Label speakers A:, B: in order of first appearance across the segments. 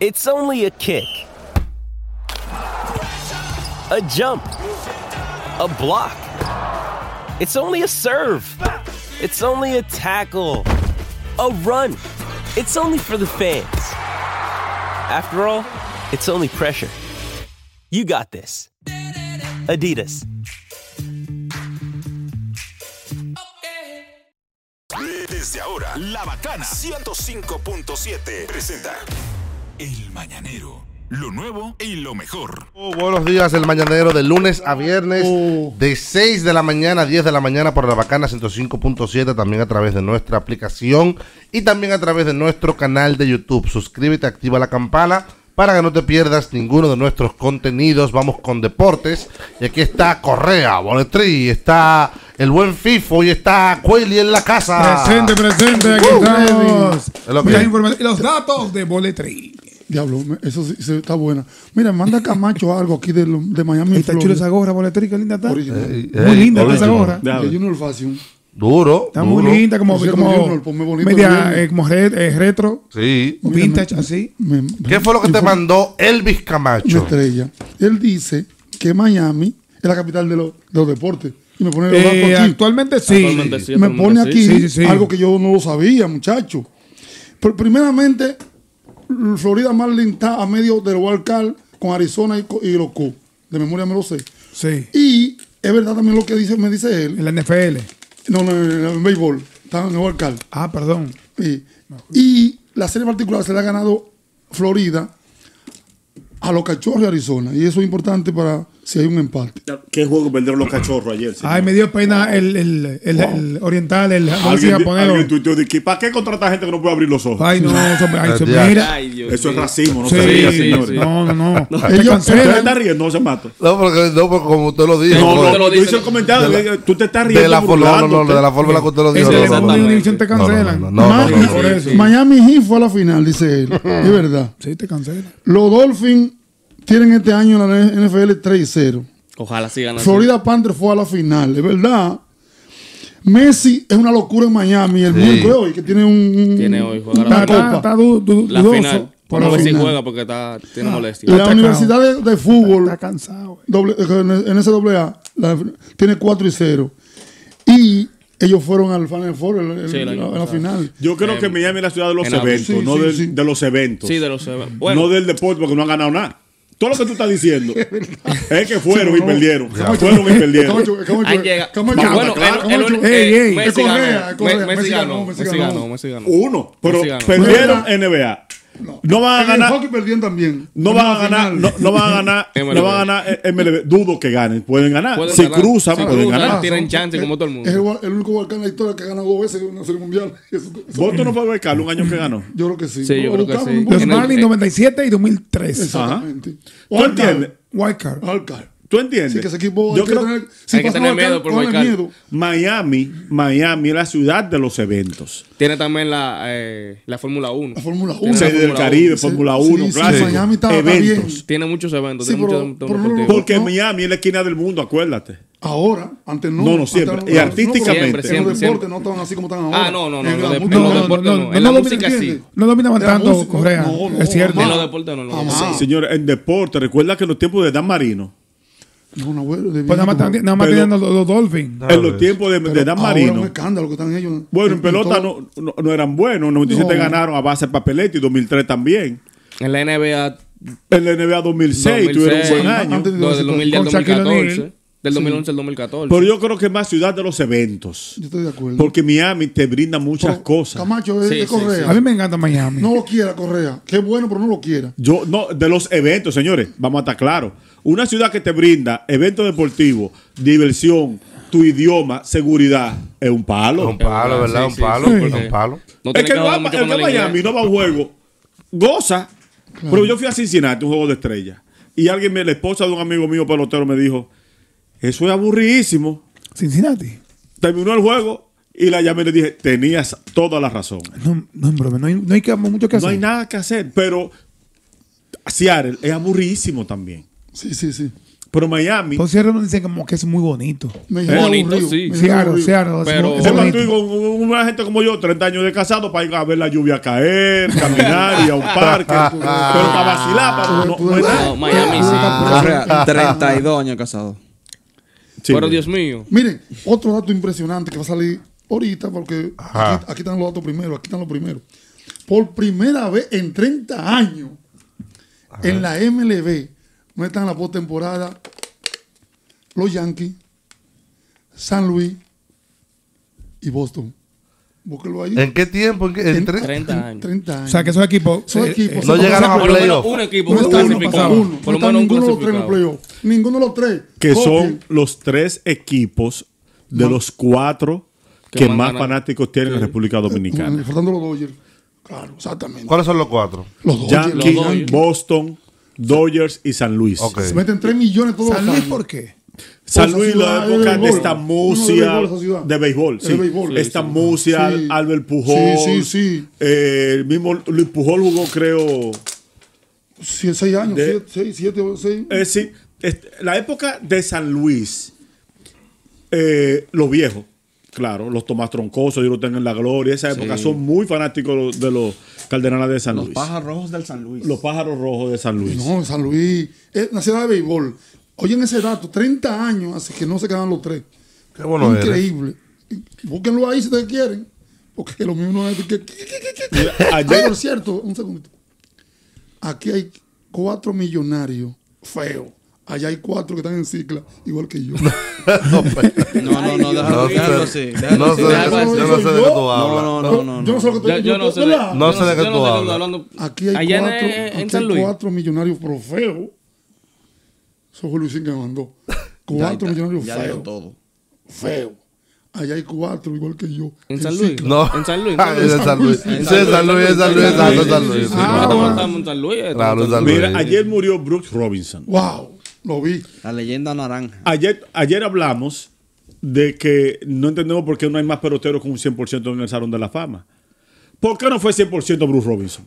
A: It's only a kick, a jump, a block. It's only a serve. It's only a tackle, a run. It's only for the fans. After all, it's only pressure. You got this. Adidas.
B: Desde ahora, La Bacana 105.7 presenta El Mañanero. Lo nuevo y lo mejor.
C: Uh, buenos días, el mañanero de lunes a viernes,
D: Oh.
C: de 6 de la mañana a 10 de la mañana por la bacana 105.7, también a través de nuestra aplicación y también a través de nuestro canal de YouTube. Suscríbete, activa la campana para que no te pierdas ninguno de nuestros contenidos. Vamos con deportes. Y aquí está Correa, Bonetri, está el buen FIFO y está Cueli en la casa.
D: Presente, presente, aquí
C: Uh,
D: estamos.
C: Es lo que
D: Muchas
C: hay.
D: informa- Los datos de Boletri.
E: Diablo, me- eso sí, sí está buena. Mira, manda Camacho algo aquí de, lo- de Miami.
D: Ahí está
E: Florida.
D: chula esa gorra, Boletri, qué linda está.
E: Original.
C: Eh,
D: Muy
C: eh,
D: linda está esa
C: original.
D: gorra.
E: De Junior Fashion.
C: Duro.
D: Está muy
C: duro.
D: linda, como,
E: Por cierto,
D: como,
E: Junior, ponme bonito
D: media,
E: Junior.
D: eh, como red- eh, retro,
C: Sí.
D: vintage, así.
E: Me-
C: ¿Qué fue lo que te
E: informa-
C: mandó Elvis
E: Una
C: Camacho?
E: estrella. Él dice que Miami es la capital de, los- de los deportes. Y me pone los datos
D: Eh,
E: aquí.
D: actualmente sí.
F: Actualmente sí,
E: me
F: actualmente
E: pone
F: sí.
E: aquí
D: Sí, sí, sí.
E: algo que yo no lo sabía, muchacho. Pero primeramente, Florida Marlin está a medio del Wild Card con Arizona y, co- y los Cubs. De memoria me lo sé.
D: Sí.
E: Y es verdad también lo que dice, me dice él.
D: En la NFL.
E: No, no, no, no, en béisbol. Estaba en el Huarcal.
D: Ah, perdón.
E: Y, y la serie particular se la ha ganado Florida a los cachorros de Arizona. Y eso es importante para si hay un empate.
G: ¿Qué juego perdieron los cachorros ayer? señor?
D: Ay, me dio pena el, el, el, el oriental, el no sé si
G: Alguien, di-
D: japonés.
G: alguien tuiteó de que ¿para qué contratar gente que no puede abrir los ojos?
D: Ay, no, son- ay, son-
C: Ay,
D: mira.
F: Dios
G: Eso es
F: mío.
G: racismo, no
D: Sí,
G: se ría,
D: sí,
G: señores.
D: sí. No, no, no. Te
E: Ellos-
G: ¿Usted
D: cancelan.
G: está riendo? No se mato.
C: No, porque, no, porque como usted lo dijo.
F: No,
G: No,
F: no,
G: no,
F: te lo
G: yo
F: dice,
G: hice el
F: no.
G: comentario. de- eh, Tú te estás riendo.
C: de la forma, no, no,
G: burlándote.
C: de la forma en la que usted lo
D: En
C: dijo. no, no,
D: Telemundo y
C: no.
D: Univision te
C: No, no,
D: cancelan.
C: no, no, no,
E: Ma-
C: no, no.
D: por eso.
E: Miami Heat fue a la final, dice él. es verdad.
D: Sí, te cancelan.
E: Los Dolphins tienen este año en la NFL 3-0.
F: Ojalá sí ganan.
E: Florida Panther fue a la final, es verdad. Messi es una locura en Miami el miércoles hoy, que tiene un.
F: Tiene hoy, juega
E: una
F: la
D: Está, está,
E: copa.
D: está du- du-
F: La
D: dudoso
F: final.
D: por
F: Vamos a
D: la
F: ver si
D: final.
F: juega porque está, tiene molestia.
E: Ah. La
D: atacado.
E: Universidad de, de Fútbol,
D: Está cansado. eh. güey.
E: doble- eh, en en SAA, la- tiene 4 y 0. Y ellos fueron al Final Four el- el-
F: Sí, el año
E: a la
F: pasado.
E: final.
G: Yo creo que Miami es la ciudad de los
F: en abril.
G: eventos,
E: Sí,
G: no
E: sí,
G: del-
E: sí.
G: de los eventos.
F: Sí, de los Bueno,
G: No del deporte porque no han ganado nada. Todo lo que tú estás diciendo es que fueron
E: Sí,
G: y
E: no.
G: perdieron. Fueron y perdieron.
E: Camacho, Camacho,
F: han llegado.
E: Camacho,
F: Ah, bueno,
E: Camacho,
F: el, el,
E: Camacho.
D: Ey,
F: eh,
D: ey,
F: Messi
E: es Correa,
F: ganó.
E: es Correa,
F: Me-
E: Messi
F: Messi
E: ganó,
F: ganó,
E: Messi
F: Messi
E: ganó.
F: ganó, Messi ganó.
G: Uno. Pero
F: Messi ganó.
G: perdieron NBA. No van a
E: En el
G: ganar.
E: hockey perdían también.
G: No
E: En
G: van
E: la
G: a ganar,
E: final.
G: no, no van a ganar,
F: MLB.
G: no van a ganar eh, MLB. Dudo que ganen, pueden ganar.
F: Pueden
G: si
F: ganar.
G: cruzan,
F: Si
G: pueden
F: cruzan,
G: ganar.
F: Tienen chance como todo el mundo.
E: Ah, Es el, el único volcán en la historia que ha ganado dos veces en una serie mundial. Eso- eso-
G: Voto no puede ver Carlos un año que ganó.
E: yo creo que sí. eh.
F: Sí, yo
E: Lo
F: creo que
E: buscaron
F: sí.
E: un poco.
D: Los
F: En el-
D: Marlins 97 y 2003.
E: Exactamente.
G: ¿Tú entiendes?
D: Wildcard.
E: Alcar.
G: ¿Tú entiendes?
E: Sí, que ese equipo.
G: Yo
E: hay que
G: creo
E: tener- si
F: hay que
E: pasa
F: tener
E: Wildcard,
F: miedo por
E: ponle
F: Wildcard.
E: miedo.
G: Miami, Miami es la ciudad de los eventos.
F: Tiene también la, eh, la Fórmula 1.
E: La Fórmula
F: Tiene
E: 1.
F: la
G: Serie del
F: Fórmula
G: Caribe,
F: uno.
G: Fórmula
E: Sí,
G: 1,
E: sí,
G: clásico.
E: Miami está- está bien.
G: eventos.
F: Tiene muchos eventos.
E: Sí,
F: tiene
E: pero-
F: muchos
E: pero no lo-
F: deportivos.
G: Porque
E: No.
G: Miami es la esquina del mundo, acuérdate.
E: Ahora, antes no.
G: No, no,
E: antes
G: siempre. Y
E: pero
G: artísticamente.
E: en los
F: Siempre,
E: deportes
F: siempre.
E: no estaban así como están ahora.
F: Ah, no, no, no,
E: En
F: los
E: la
F: de-
E: música,
F: en los
E: no,
F: deportes
E: no,
F: no,
E: no,
F: en
E: no
F: la
E: lo
F: música sí.
E: entiende.
D: No dominan
E: De la
D: tanto
E: música,
D: Correa.
E: no, no,
D: es cierto.
E: jamás.
F: En los deportes no lo
E: Jamás.
F: dominan.
G: Señores, en deporte, recuerda que en los tiempos de Dan Marino,
E: No, no, bueno, de
D: Pues nada más,
E: bien,
D: tan- nada más
G: Pero-
D: tenían los, los Dolphins.
G: en los tiempos de,
E: Ah, pues. pero
G: de Dan
E: ahora es un
G: Marino,
E: escándalo que están ellos.
G: bueno, en pelota
E: todo.
G: no, no, no eran buenos. En 97
E: No.
G: ganaron a base de papelete y 2003 también.
F: En la NBA
G: En la NBA 2006, tuvieron un
F: 2006,
G: buen año.
E: antes de-
F: del 2010 al
D: Con Shaquille
F: 2014.
D: O'Neal.
F: Del 2011 al 2014.
G: Pero yo creo que es más ciudad de los eventos.
E: Yo estoy de acuerdo.
G: Porque Miami te brinda muchas
E: Pero
G: cosas.
E: Camacho es
F: Sí,
E: de
F: sí,
E: Correa.
D: A mí me encanta Miami.
E: No lo quiera Correa. Qué bueno, pero no lo quiera.
G: Yo, no, de los eventos, señores, vamos a estar claros. Una ciudad que te brinda eventos deportivos, diversión, tu idioma, seguridad, es un palo.
C: Un palo, ¿verdad?
F: Sí,
C: un
F: sí,
C: palo,
F: sí,
C: un
F: porque-
C: palo.
F: No tiene
G: es que,
F: que
G: no va,
F: jugar
G: el
F: mucho
G: que
F: con
G: va a
F: el
G: Miami
F: inglés.
G: no va a un juego, goza, Pero yo fui a Cincinnati, un juego de estrellas. Y alguien, me- la esposa de un amigo mío pelotero, me dijo: Eso es aburridísimo.
D: Cincinnati.
G: Terminó el juego y la llamé y le dije: Tenías toda la razón.
F: Pues
D: No, no, en broma, no hay, no hay que- mucho que
G: No
D: hacer.
G: hay nada que hacer, pero Seattle es aburridísimo también.
E: Sí, sí, sí.
G: Pero Miami,
D: Entonces ahora nos dicen como que es muy bonito.
E: Me
F: Bonito,
E: aburrido,
F: sí.
E: me
D: Seattle,
E: aburrido.
D: Seattle.
F: Pero-
D: es
G: se
D: bonito.
G: mantuvo con un- una gente como yo, 30 años de casado, para ir a ver la lluvia caer, caminar, y a un parque. pero para vacilar, para no, no es nada.
F: No, Miami sí.
H: Ahora, 32 años casado.
G: Sí.
F: Pero Dios mío.
E: Miren, otro dato impresionante que va a salir ahorita, porque
C: Ajá.
E: aquí, aquí están los datos primero, aquí están los primeros. Por primera vez en 30 años, en la MLB, no están en la postemporada los Yankees, San Luis y Boston. Búsquelo ahí.
C: ¿En qué tiempo? ¿En qué? ¿En
E: En
C: tres?
F: 30 años.
E: 30 años.
D: O sea, que esos equipos.
E: Esos
D: eh,
E: equipos-
C: No
E: o sea,
C: llegaron a
F: Por lo menos
C: playoff.
F: un equipo
E: no está ninguno,
F: clasificado. Por
E: uno, no
F: lo menos
E: está
F: un
E: ninguno de los tres en
F: clasificado.
E: los playoff. Ninguno de los tres.
G: que son
E: Copien.
G: los tres equipos de los cuatro
F: Que
G: que
F: más
G: más
F: ganan.
G: fanáticos tiene la República Dominicana.
E: Faltando los Dodgers. Claro, exactamente.
C: ¿Cuáles son los cuatro?
E: Los Dodgers.
G: Yankees,
E: los Yankees.
G: Boston, Dodgers y San Luis.
C: Ok.
E: Se meten 3 millones todos
D: ¿San
E: los
D: Luis
E: años.
D: eh, por qué?
G: San
E: Esa
G: Luis, la
E: ciudad es
G: época
E: de
G: de
E: béisbol.
G: esta
E: Uno de
G: música
E: béisbol, esa ciudad.
G: de béisbol,
E: Es
G: sí.
E: de béisbol.
G: Esta
E: Sí, sí.
G: música,
E: Sí.
G: Albert Pujol.
E: Sí, sí, sí.
G: eh, el mismo Luis Pujol jugó, creo.
E: 6 años,
G: De-
E: 6, 7, 6.
G: Es decir, este, la época de San Luis, eh, los viejos, claro, los Tomás Troncoso, yo lo tengo en la gloria, esa época son muy fanáticos de los Cardenales de San
H: Los
G: Luis.
H: pájaros rojos del San Luis.
G: Los pájaros rojos de San Luis.
E: No, San Luis. Es una ciudad de béisbol. Oyen ese dato, 30 años, así que no se quedan los tres.
C: Qué bueno eres.
E: Increíble. Búsquenlo ahí si ustedes quieren. Porque lo mismo no es que.
G: ayer-
E: Ay, por cierto, un segundito. Aquí hay cuatro millonarios feos. Allá hay cuatro que están en cicla, igual que yo.
H: No, no, no, déjalo,
C: pues. No sé,
H: déjalo así. déjalo
C: no
H: así,
C: sé,
H: déjalo así.
C: yo no sé de qué tú
H: No,
C: hablas.
H: no,
E: yo
H: no, no,
E: no
H: no.
E: sé lo que
F: Ya-
E: estoy
F: Yo no sé. de-
E: ¿verdad?
F: yo
C: No sé de qué
F: yo no
C: tú
F: sé
C: hablas.
F: estoy hablando.
E: Aquí hay
F: Allá en-
E: cuatro,
F: en,
E: aquí
F: San
E: hay
F: Luis.
E: cuatro millonarios pero feos. Eso fue Luisín que me mandó. Cuatro millonarios
H: Ya dio
E: feos.
H: todo.
E: Feos. Allá hay cuatro igual que yo.
F: En San Luis.
E: cicla.
C: No.
F: En San Luis.
C: Ah, es en San Luis. Sí, en San Luis, en San Luis, en San Luis, en San Luis.
F: Sí,
C: Sí,
F: sí,
E: Ah,
C: no,
F: estamos-
E: bueno.
F: estamos en San Luis, estamos
C: Claro,
F: en
C: San Luis.
G: Mira, ayer murió Brooks Robinson.
E: Wow, lo vi.
H: La leyenda naranja.
G: Ayer, ayer hablamos de que no entendemos por qué no hay más peloteros con un 100% en el Salón de la Fama. ¿Por qué no fue 100% Bruce Robinson?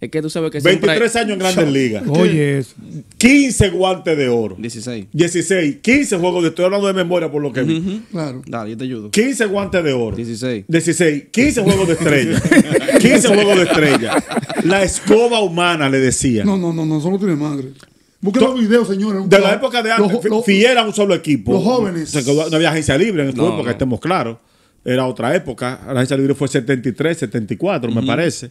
F: Es que tú sabes que siempre hay-
G: 23 años en Grandes Ligas,
D: Oye, eso.
G: 15 guantes de oro,
H: 16.
G: 16, 15 juegos, de, estoy hablando de memoria por lo que vi.
E: Claro.
H: Dale, yo te ayudo.
G: 15 guantes de oro.
H: 16.
G: 16. 15 juegos de estrella. 15 juegos de estrella. La escoba humana le decía.
E: No, no, no, no, eso no tiene madre. Busquen los videos, señores.
G: De la época de antes,
E: Los- los-
G: Fiera un solo equipo.
E: los jóvenes.
G: O sea, que no había agencia libre en esta
H: No,
G: época,
H: no.
G: estemos claros. Era otra época. La agencia libre fue 73, 74, me parece.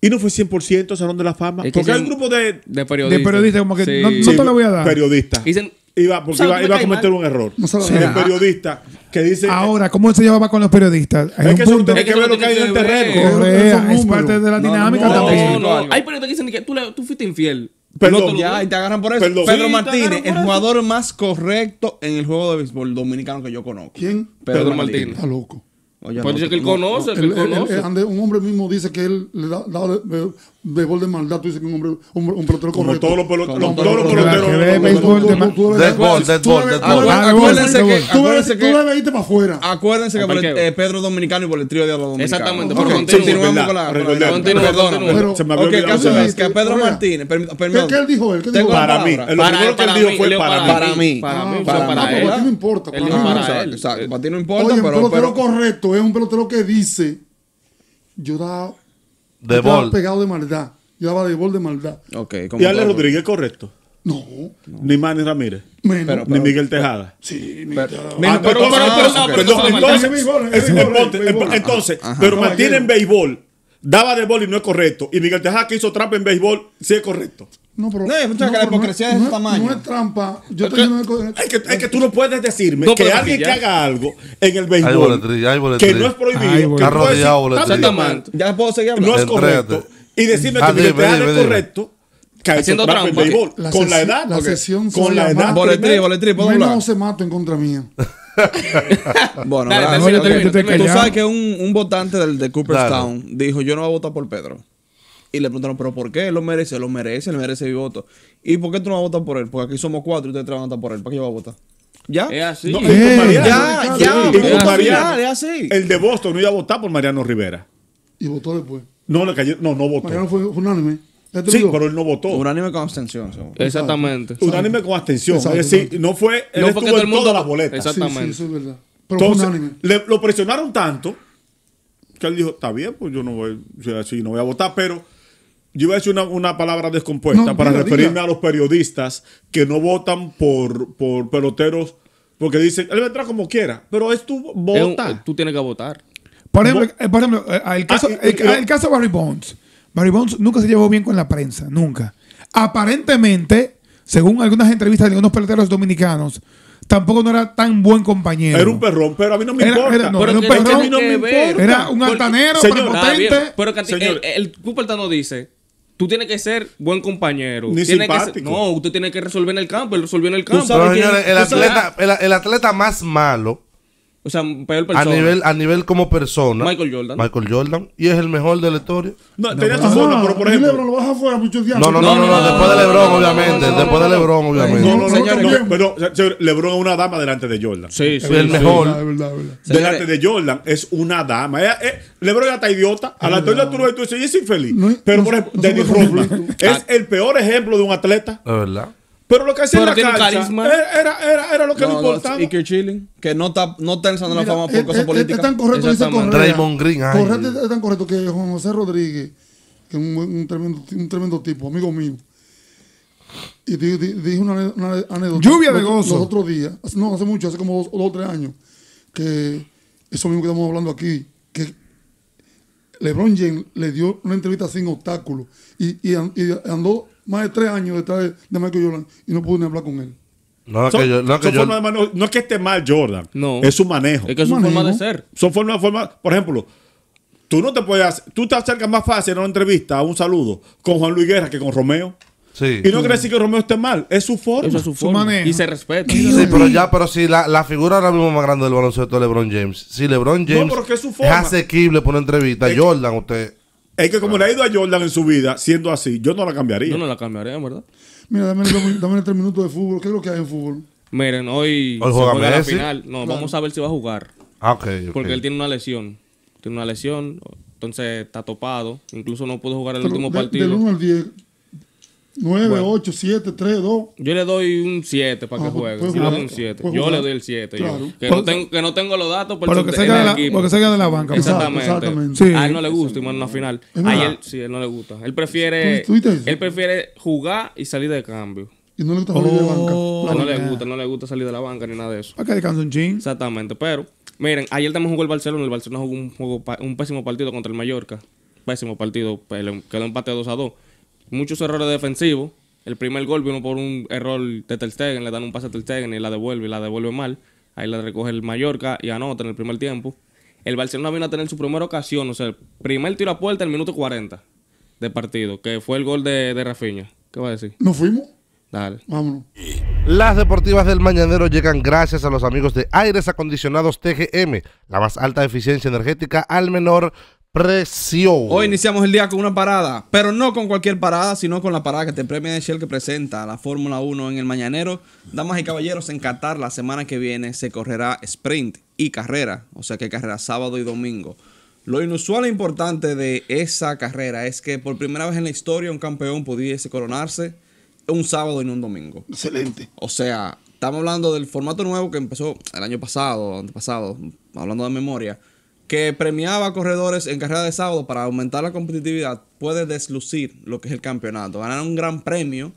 G: Y no fue 100% Salón de la Fama.
F: Es que
G: porque hay un
F: son-
G: grupo de
F: De periodistas.
D: De periodistas, como que no- no
G: sí,
D: te la voy a dar.
G: periodistas.
F: Dicen-
G: iba, porque
F: ¿Sabes
G: iba,
F: que me
G: iba a
F: cae
G: cometer
F: mal?
G: un error.
E: No se la voy a
G: de
E: dar.
G: periodista que dice.
H: Ah,
D: Ahora, ¿cómo se llevaba con los periodistas? Hay
G: es
D: un
G: que eso no
D: punto.
G: tiene
F: Es que
G: que ver lo
F: eso
G: que
F: no
G: hay en
F: tiene
G: el
F: que ver.
E: Correa,
G: terreno.
D: Correa, es
E: números.
D: parte de la
H: No,
D: dinámica
H: no,
D: también.
F: No, no,
H: algo.
F: hay periodistas que dicen que tú, le- tú fuiste infiel.
G: Perdón,
F: No te lo-
H: Ya, y te agarran por eso.
G: Perdón.
H: Pedro
G: Sí, te
H: Martínez,
F: agarran por
H: el
F: eso.
H: jugador más correcto en el juego de béisbol dominicano que yo conozco.
E: ¿Quién?
F: Pedro Martínez.
E: Está loco.
H: Oye,
F: Pues
H: no,
F: dice que él
H: no,
F: conoce, que
E: El-
F: él
E: el- el-
F: conoce.
E: ande- un hombre mismo dice que él le da, daba de- béisbol de maldad. Tú dices que un hombre, un, un pelotero
G: Como
E: correcto.
G: todos los pelot-
H: Como
G: los-
H: todos
G: todos los
H: los
G: peloteros.
D: que ve
G: los-
E: Tú- tú-
D: béisbol
G: los-
D: de
E: tú- tú le-
C: Deadball,
E: tú le-
C: deadball,
E: tú le-
C: deadball.
E: tú le-
H: Ah,
E: Acuérdense que- tú
H: bueno, bueno.
E: le-
H: Acuérdense
E: tú
H: que-
E: le veíste para afuera.
H: Acuérdense que
F: ¿Para
H: por el-
F: qué?
H: eh, Pedro Dominicano y por el trío de los dominicanos.
F: Exactamente,
H: Ok,
F: pero continúa,
H: Continuamos
G: ¿verdad?
H: con la. con la-
G: Continúa,
H: Perdóname.
F: continúa,
H: Perdóname.
E: Se
G: me había
H: Ok, el
G: olvidado
H: caso
G: eso.
H: es que a Pedro
E: Correa.
H: Martínez. per- Perdón.
E: ¿Qué él dijo él? ¿Qué
H: Tengo
E: dijo él?
H: la
G: Para mí.
H: palabra.
G: Lo primero que él dijo fue
F: Leo,
G: para mí.
H: Para mí.
F: Para mí,
E: Ah,
F: o
H: para
F: sea, para
H: mí.
F: él.
H: No, porque a ti
E: no me importa,
F: Él dijo
E: para mí.
F: para
H: Exacto,
F: él.
H: exacto. Para ti no importa,
E: Oye, un
H: pero.
E: pelotero
H: pero-
E: correcto es un pelotero que dice: Yo daba
C: De
E: estaba
C: bol.
E: pegado de maldad. Yo daba de bol de maldad.
H: Ok, como
G: Y Ale
H: todo.
G: Rodríguez, correcto.
E: No,
G: Ni Manny Ramírez.
E: menos.
H: Pero-
G: Ni Miguel Tejada.
E: Sí,
H: Pero-
E: mira.
H: Mira,
G: Ah,
H: pero- pero-
G: entonces- entonces-
H: pero-
G: perdón,
H: pero-
G: entonces-
E: es béisbol, es
G: es- es
E: béisbol,
G: deporte,
E: es béisbol.
G: es- Entonces,
H: Ajá.
G: pero Martínez en
E: Caballero.
G: béisbol daba de bol y no es correcto. Y Miguel Tejada que hizo trampa en béisbol, sí es correcto.
E: No, pero.
H: No, escucha, que la hipocresía es de
E: no
H: ese tamaño.
E: No es trampa. Yo estoy lleno de cosas.
G: Es que, es que tú no puedes decirme
F: No,
G: que
F: pero
G: alguien
F: sí,
G: que
F: ya.
G: haga algo en el
C: Hay
G: béisbol
C: boletrilla, hay boletrilla.
G: que no es prohibido,
D: Ay,
G: que tú
D: boletrilla.
G: puedes decir,
C: Está rodeado,
G: "Está
C: boletrilla.
G: mal,
H: Ya puedo seguir
G: no
H: hablando.
G: es
C: Entrégate.
G: correcto. Y decirme
C: Ah,
G: que Miguel
C: dime,
G: Tejada
C: dime,
G: es
C: dime.
G: correcto, que ha hecho
F: Haciendo
G: trampa en
F: trampa,
G: béisbol.
E: La
G: Con la
E: sesi-
G: edad,
E: la
G: ok.
E: sesión se
G: con la
E: llama-
G: edad.
H: Boletri,
G: primero.
H: boletri, puedo hablar.
E: Menos se mato en contra mía.
H: Bueno,
F: Dale,
H: gracias.
F: termina,
H: Oye,
F: termina,
H: Tú
F: termina.
H: sabes que un, un votante del, de Cooperstown dijo: Yo no voy a votar por Pedro. Y le preguntaron, ¿pero por qué? Él lo merece, lo merece, él merece mi voto. ¿Y por qué tú no vas a votar por él? Porque aquí somos cuatro y ustedes tres van a votar por él. ¿Para qué yo voy a votar? ¿Ya?
F: Es así.
G: No, y
F: Eh,
G: con Mariano,
H: ya,
G: sí,
H: ya,
G: y
H: es
G: con
H: así,
G: Mariano,
I: Ah,
H: ya, es así.
G: El de Boston no iba a votar por Mariano Rivera.
E: Y votó después.
G: No, le cayó, no, no votó.
E: Mariano fue unánime. Ya te
G: Sí,
E: digo.
G: pero él no votó.
H: Unánime con abstención. según.
F: Exactamente.
G: Unánime con abstención.
E: Exacto,
G: es decir,
E: exacto.
G: no fue.
F: No
G: Él
F: fue
G: estuvo
F: que todo
G: en
F: el mundo-
G: todas las boletas.
F: Exacto.
E: Sí, sí,
F: Exactamente.
E: eso es verdad. Pero fue
G: Entonces,
E: unánime.
G: le- lo presionaron tanto que él dijo: Está bien, pues yo no voy, o sea, sí, no voy a votar, pero yo iba a decir una, una palabra descompuesta
E: No,
G: para
E: diga,
G: referirme
E: diga.
G: a los periodistas que no votan por, por peloteros porque dicen: Él vendrá como quiera, pero es tu
F: Es un-
G: vota.
F: tú tienes que votar.
D: Por ejemplo, eh, por ejemplo, eh, el, caso,
G: Ah, y-
D: el,
G: y-
D: el caso Barry Bonds. Barry Bonds nunca se llevó bien con la prensa, nunca. Aparentemente, según algunas entrevistas de algunos peloteros dominicanos, tampoco no era tan buen compañero.
G: Era un perrón, pero a mí no me
D: Era-
G: importa.
D: era- no,
G: Pero
D: era un
G: es que a mí
D: perrón.
G: no me
F: Tiene que
G: importa.
F: ver.
D: Era un altanero,
G: Señor,
F: Está bien,
D: prepotente.
F: Pero eh, que a ti-
G: Señor.
F: el, el Cupertano dice, tú tienes que ser buen compañero.
G: Ni
F: Tiene que ser-
G: simpático.
F: no, usted tiene que resolver en el campo. Él resolvió en el campo.
C: Pero,
F: Tú
C: señores, el
F: sabes-
C: atleta, el, el atleta más malo
F: O sea, peor
C: a
F: persona.
C: nivel, a nivel como persona.
F: Michael Jordan.
C: Michael Jordan. Y es el mejor de la historia.
G: No, tenía su
E: Ah,
G: forma, pero por
E: el
G: ejemplo.
E: Lebron lo baja afuera, muchos días.
C: No, no, no, no, no, después de Lebron, obviamente. después de Lebron, obviamente.
G: No, no, no,
H: Señores,
G: no,
H: bien.
G: pero, o sea, Lebron es una dama delante de Jordan.
F: Sí, sí.
C: es el
E: Es
C: mejor.
E: verdad, es verdad.
H: Señores,
G: Delante de Jordan es una dama. Ella- eh, Lebron ya está idiota. A la Jordan tú lo ves y tú dices, "Ella es infeliz.
E: No, no,
G: pero por ejemplo,
E: no,
G: Dennis
E: no, no, no,
G: Rodman
F: Ah.
G: es el peor ejemplo de un atleta.
C: La verdad.
G: Pero lo que hacía en
F: Pero
G: la
F: tiene
G: cancha
F: carisma.
G: era, era, era- era lo que
H: No,
G: le
H: no,
G: importaba.
H: y que chilling, que no está, no está alzando la
E: Mira,
H: fama
E: eh,
H: por
E: eh,
H: cosas
E: eh,
H: políticas.
E: Es tan correcto, dice
F: Exactamente.
E: Correa.
C: Raymond Green, ay.
E: Correcto, es tan correcto que Juan José Rodríguez, que es un, buen- un tremendo, un tremendo tipo, amigo mío. Y di- di- dije una, una anécdota.
D: Lluvia de
E: Los-
D: gozo.
E: Los otros días, hace- no, hace mucho, hace como dos dos o tres años, que eso mismo que estamos hablando aquí, que LeBron James le dio una entrevista sin obstáculos y, y an- y andó más de tres años detrás de, de Michael Jordan y no pude ni hablar con él.
C: No,
G: Son-
C: que yo, no, que
G: son
C: yo,
G: formas de mano- no es que esté mal Jordan.
F: No.
G: Es su manejo.
F: Es que es su forma de ser.
G: Son formas, formas. Por ejemplo, tú no te puedes. hacer- Tú te acercas más fácil a una entrevista, a un saludo, con Juan Luis Guerra que con Romeo.
C: sí.
G: Y no quiere decir que Romeo esté mal. Es su forma.
F: Eso es su
D: Su
F: forma.
D: manejo.
F: Y se respeta.
C: Sí, pero ya, pero sí, la, la figura ahora mismo más grande del baloncesto es LeBron James. Si LeBron James
G: pero que es su forma.
C: asequible por una entrevista,
G: Es que-
C: Jordan, usted.
G: Es que como le ha ido a Jordan en su vida, siendo así, yo no la cambiaría.
F: Yo no la cambiaré, en ¿verdad?
E: Mira, dame, dame, dame tres minutos de fútbol. ¿Qué es lo que hay en fútbol?
F: Miren, hoy, se
C: Hoy juega
F: juega la
C: Messi.
F: final. No, vamos a ver si va a jugar.
C: Ah, ok. ok.
F: Porque él tiene una lesión. Tiene una lesión. Entonces está topado. Incluso no pudo jugar el
E: Pero
F: último
E: de-
F: partido.
E: Del 1 al 10. 9, 8, 7, 3, 2.
F: Yo le doy un 7 para que
E: Ah,
F: juegue.
E: puede
F: Yo le
E: jugar.
F: doy un 7.
E: Puede
F: Yo
E: jugar.
F: le doy el 7.
E: Pues Claro.
F: Que,
D: Por-
F: no tengo, que no tengo los datos por
D: Porque salga, de la, porque salga de la banca. pues.
E: Exacto.
F: Exactamente.
E: exactamente.
D: Sí.
F: A él no le gusta, y más en una final.
E: Es
F: A
E: verdad.
F: él sí, a él no le gusta. Él prefiere,
E: ¿Tú- tú viste eso?
F: él prefiere jugar y salir de cambio.
E: Y no le gusta salir de banca.
F: A él no le
G: Oh.
D: mira.
F: gusta, no le gusta salir de la banca ni nada de eso.
D: Para que descanse un chin.
F: Exactamente. Pero, miren, ayer también jugó el Barcelona. El Barcelona jugó un, juego, pa- un pésimo partido contra el Mallorca. Pésimo partido. pues, le- Quedó empate 2 a 2. Muchos errores defensivos. El primer gol vino por un error de Ter Stegen. Le dan un pase a Ter Stegen y la devuelve. Y la devuelve mal. Ahí la recoge el Mallorca y anota en el primer tiempo. El Barcelona vino a tener su primera ocasión. O sea, el primer tiro a puerta el minuto 40 de partido. Que fue el gol de, de Rafinha. ¿Qué va a decir?
E: Nos fuimos.
F: Dale.
E: Vámonos.
C: Las deportivas del mañanero llegan gracias a los amigos de Aires Acondicionados TGM, la más alta eficiencia energética al menor precio.
H: Hoy iniciamos el día con una parada, pero no con cualquier parada, sino con la parada que te premia Shell que presenta la Fórmula 1 en el Mañanero. Damas y caballeros, en Qatar la semana que viene se correrá sprint y carrera, o sea que carrera sábado y domingo. Lo inusual e importante de esa carrera es que por primera vez en la historia un campeón pudiese coronarse un sábado y no un domingo.
E: Excelente.
H: O sea, estamos hablando del formato nuevo que empezó el año pasado, antepasado, hablando de memoria, que premiaba a corredores en carrera de sábado para aumentar la competitividad, puede deslucir lo que es el campeonato. Ganar un gran premio,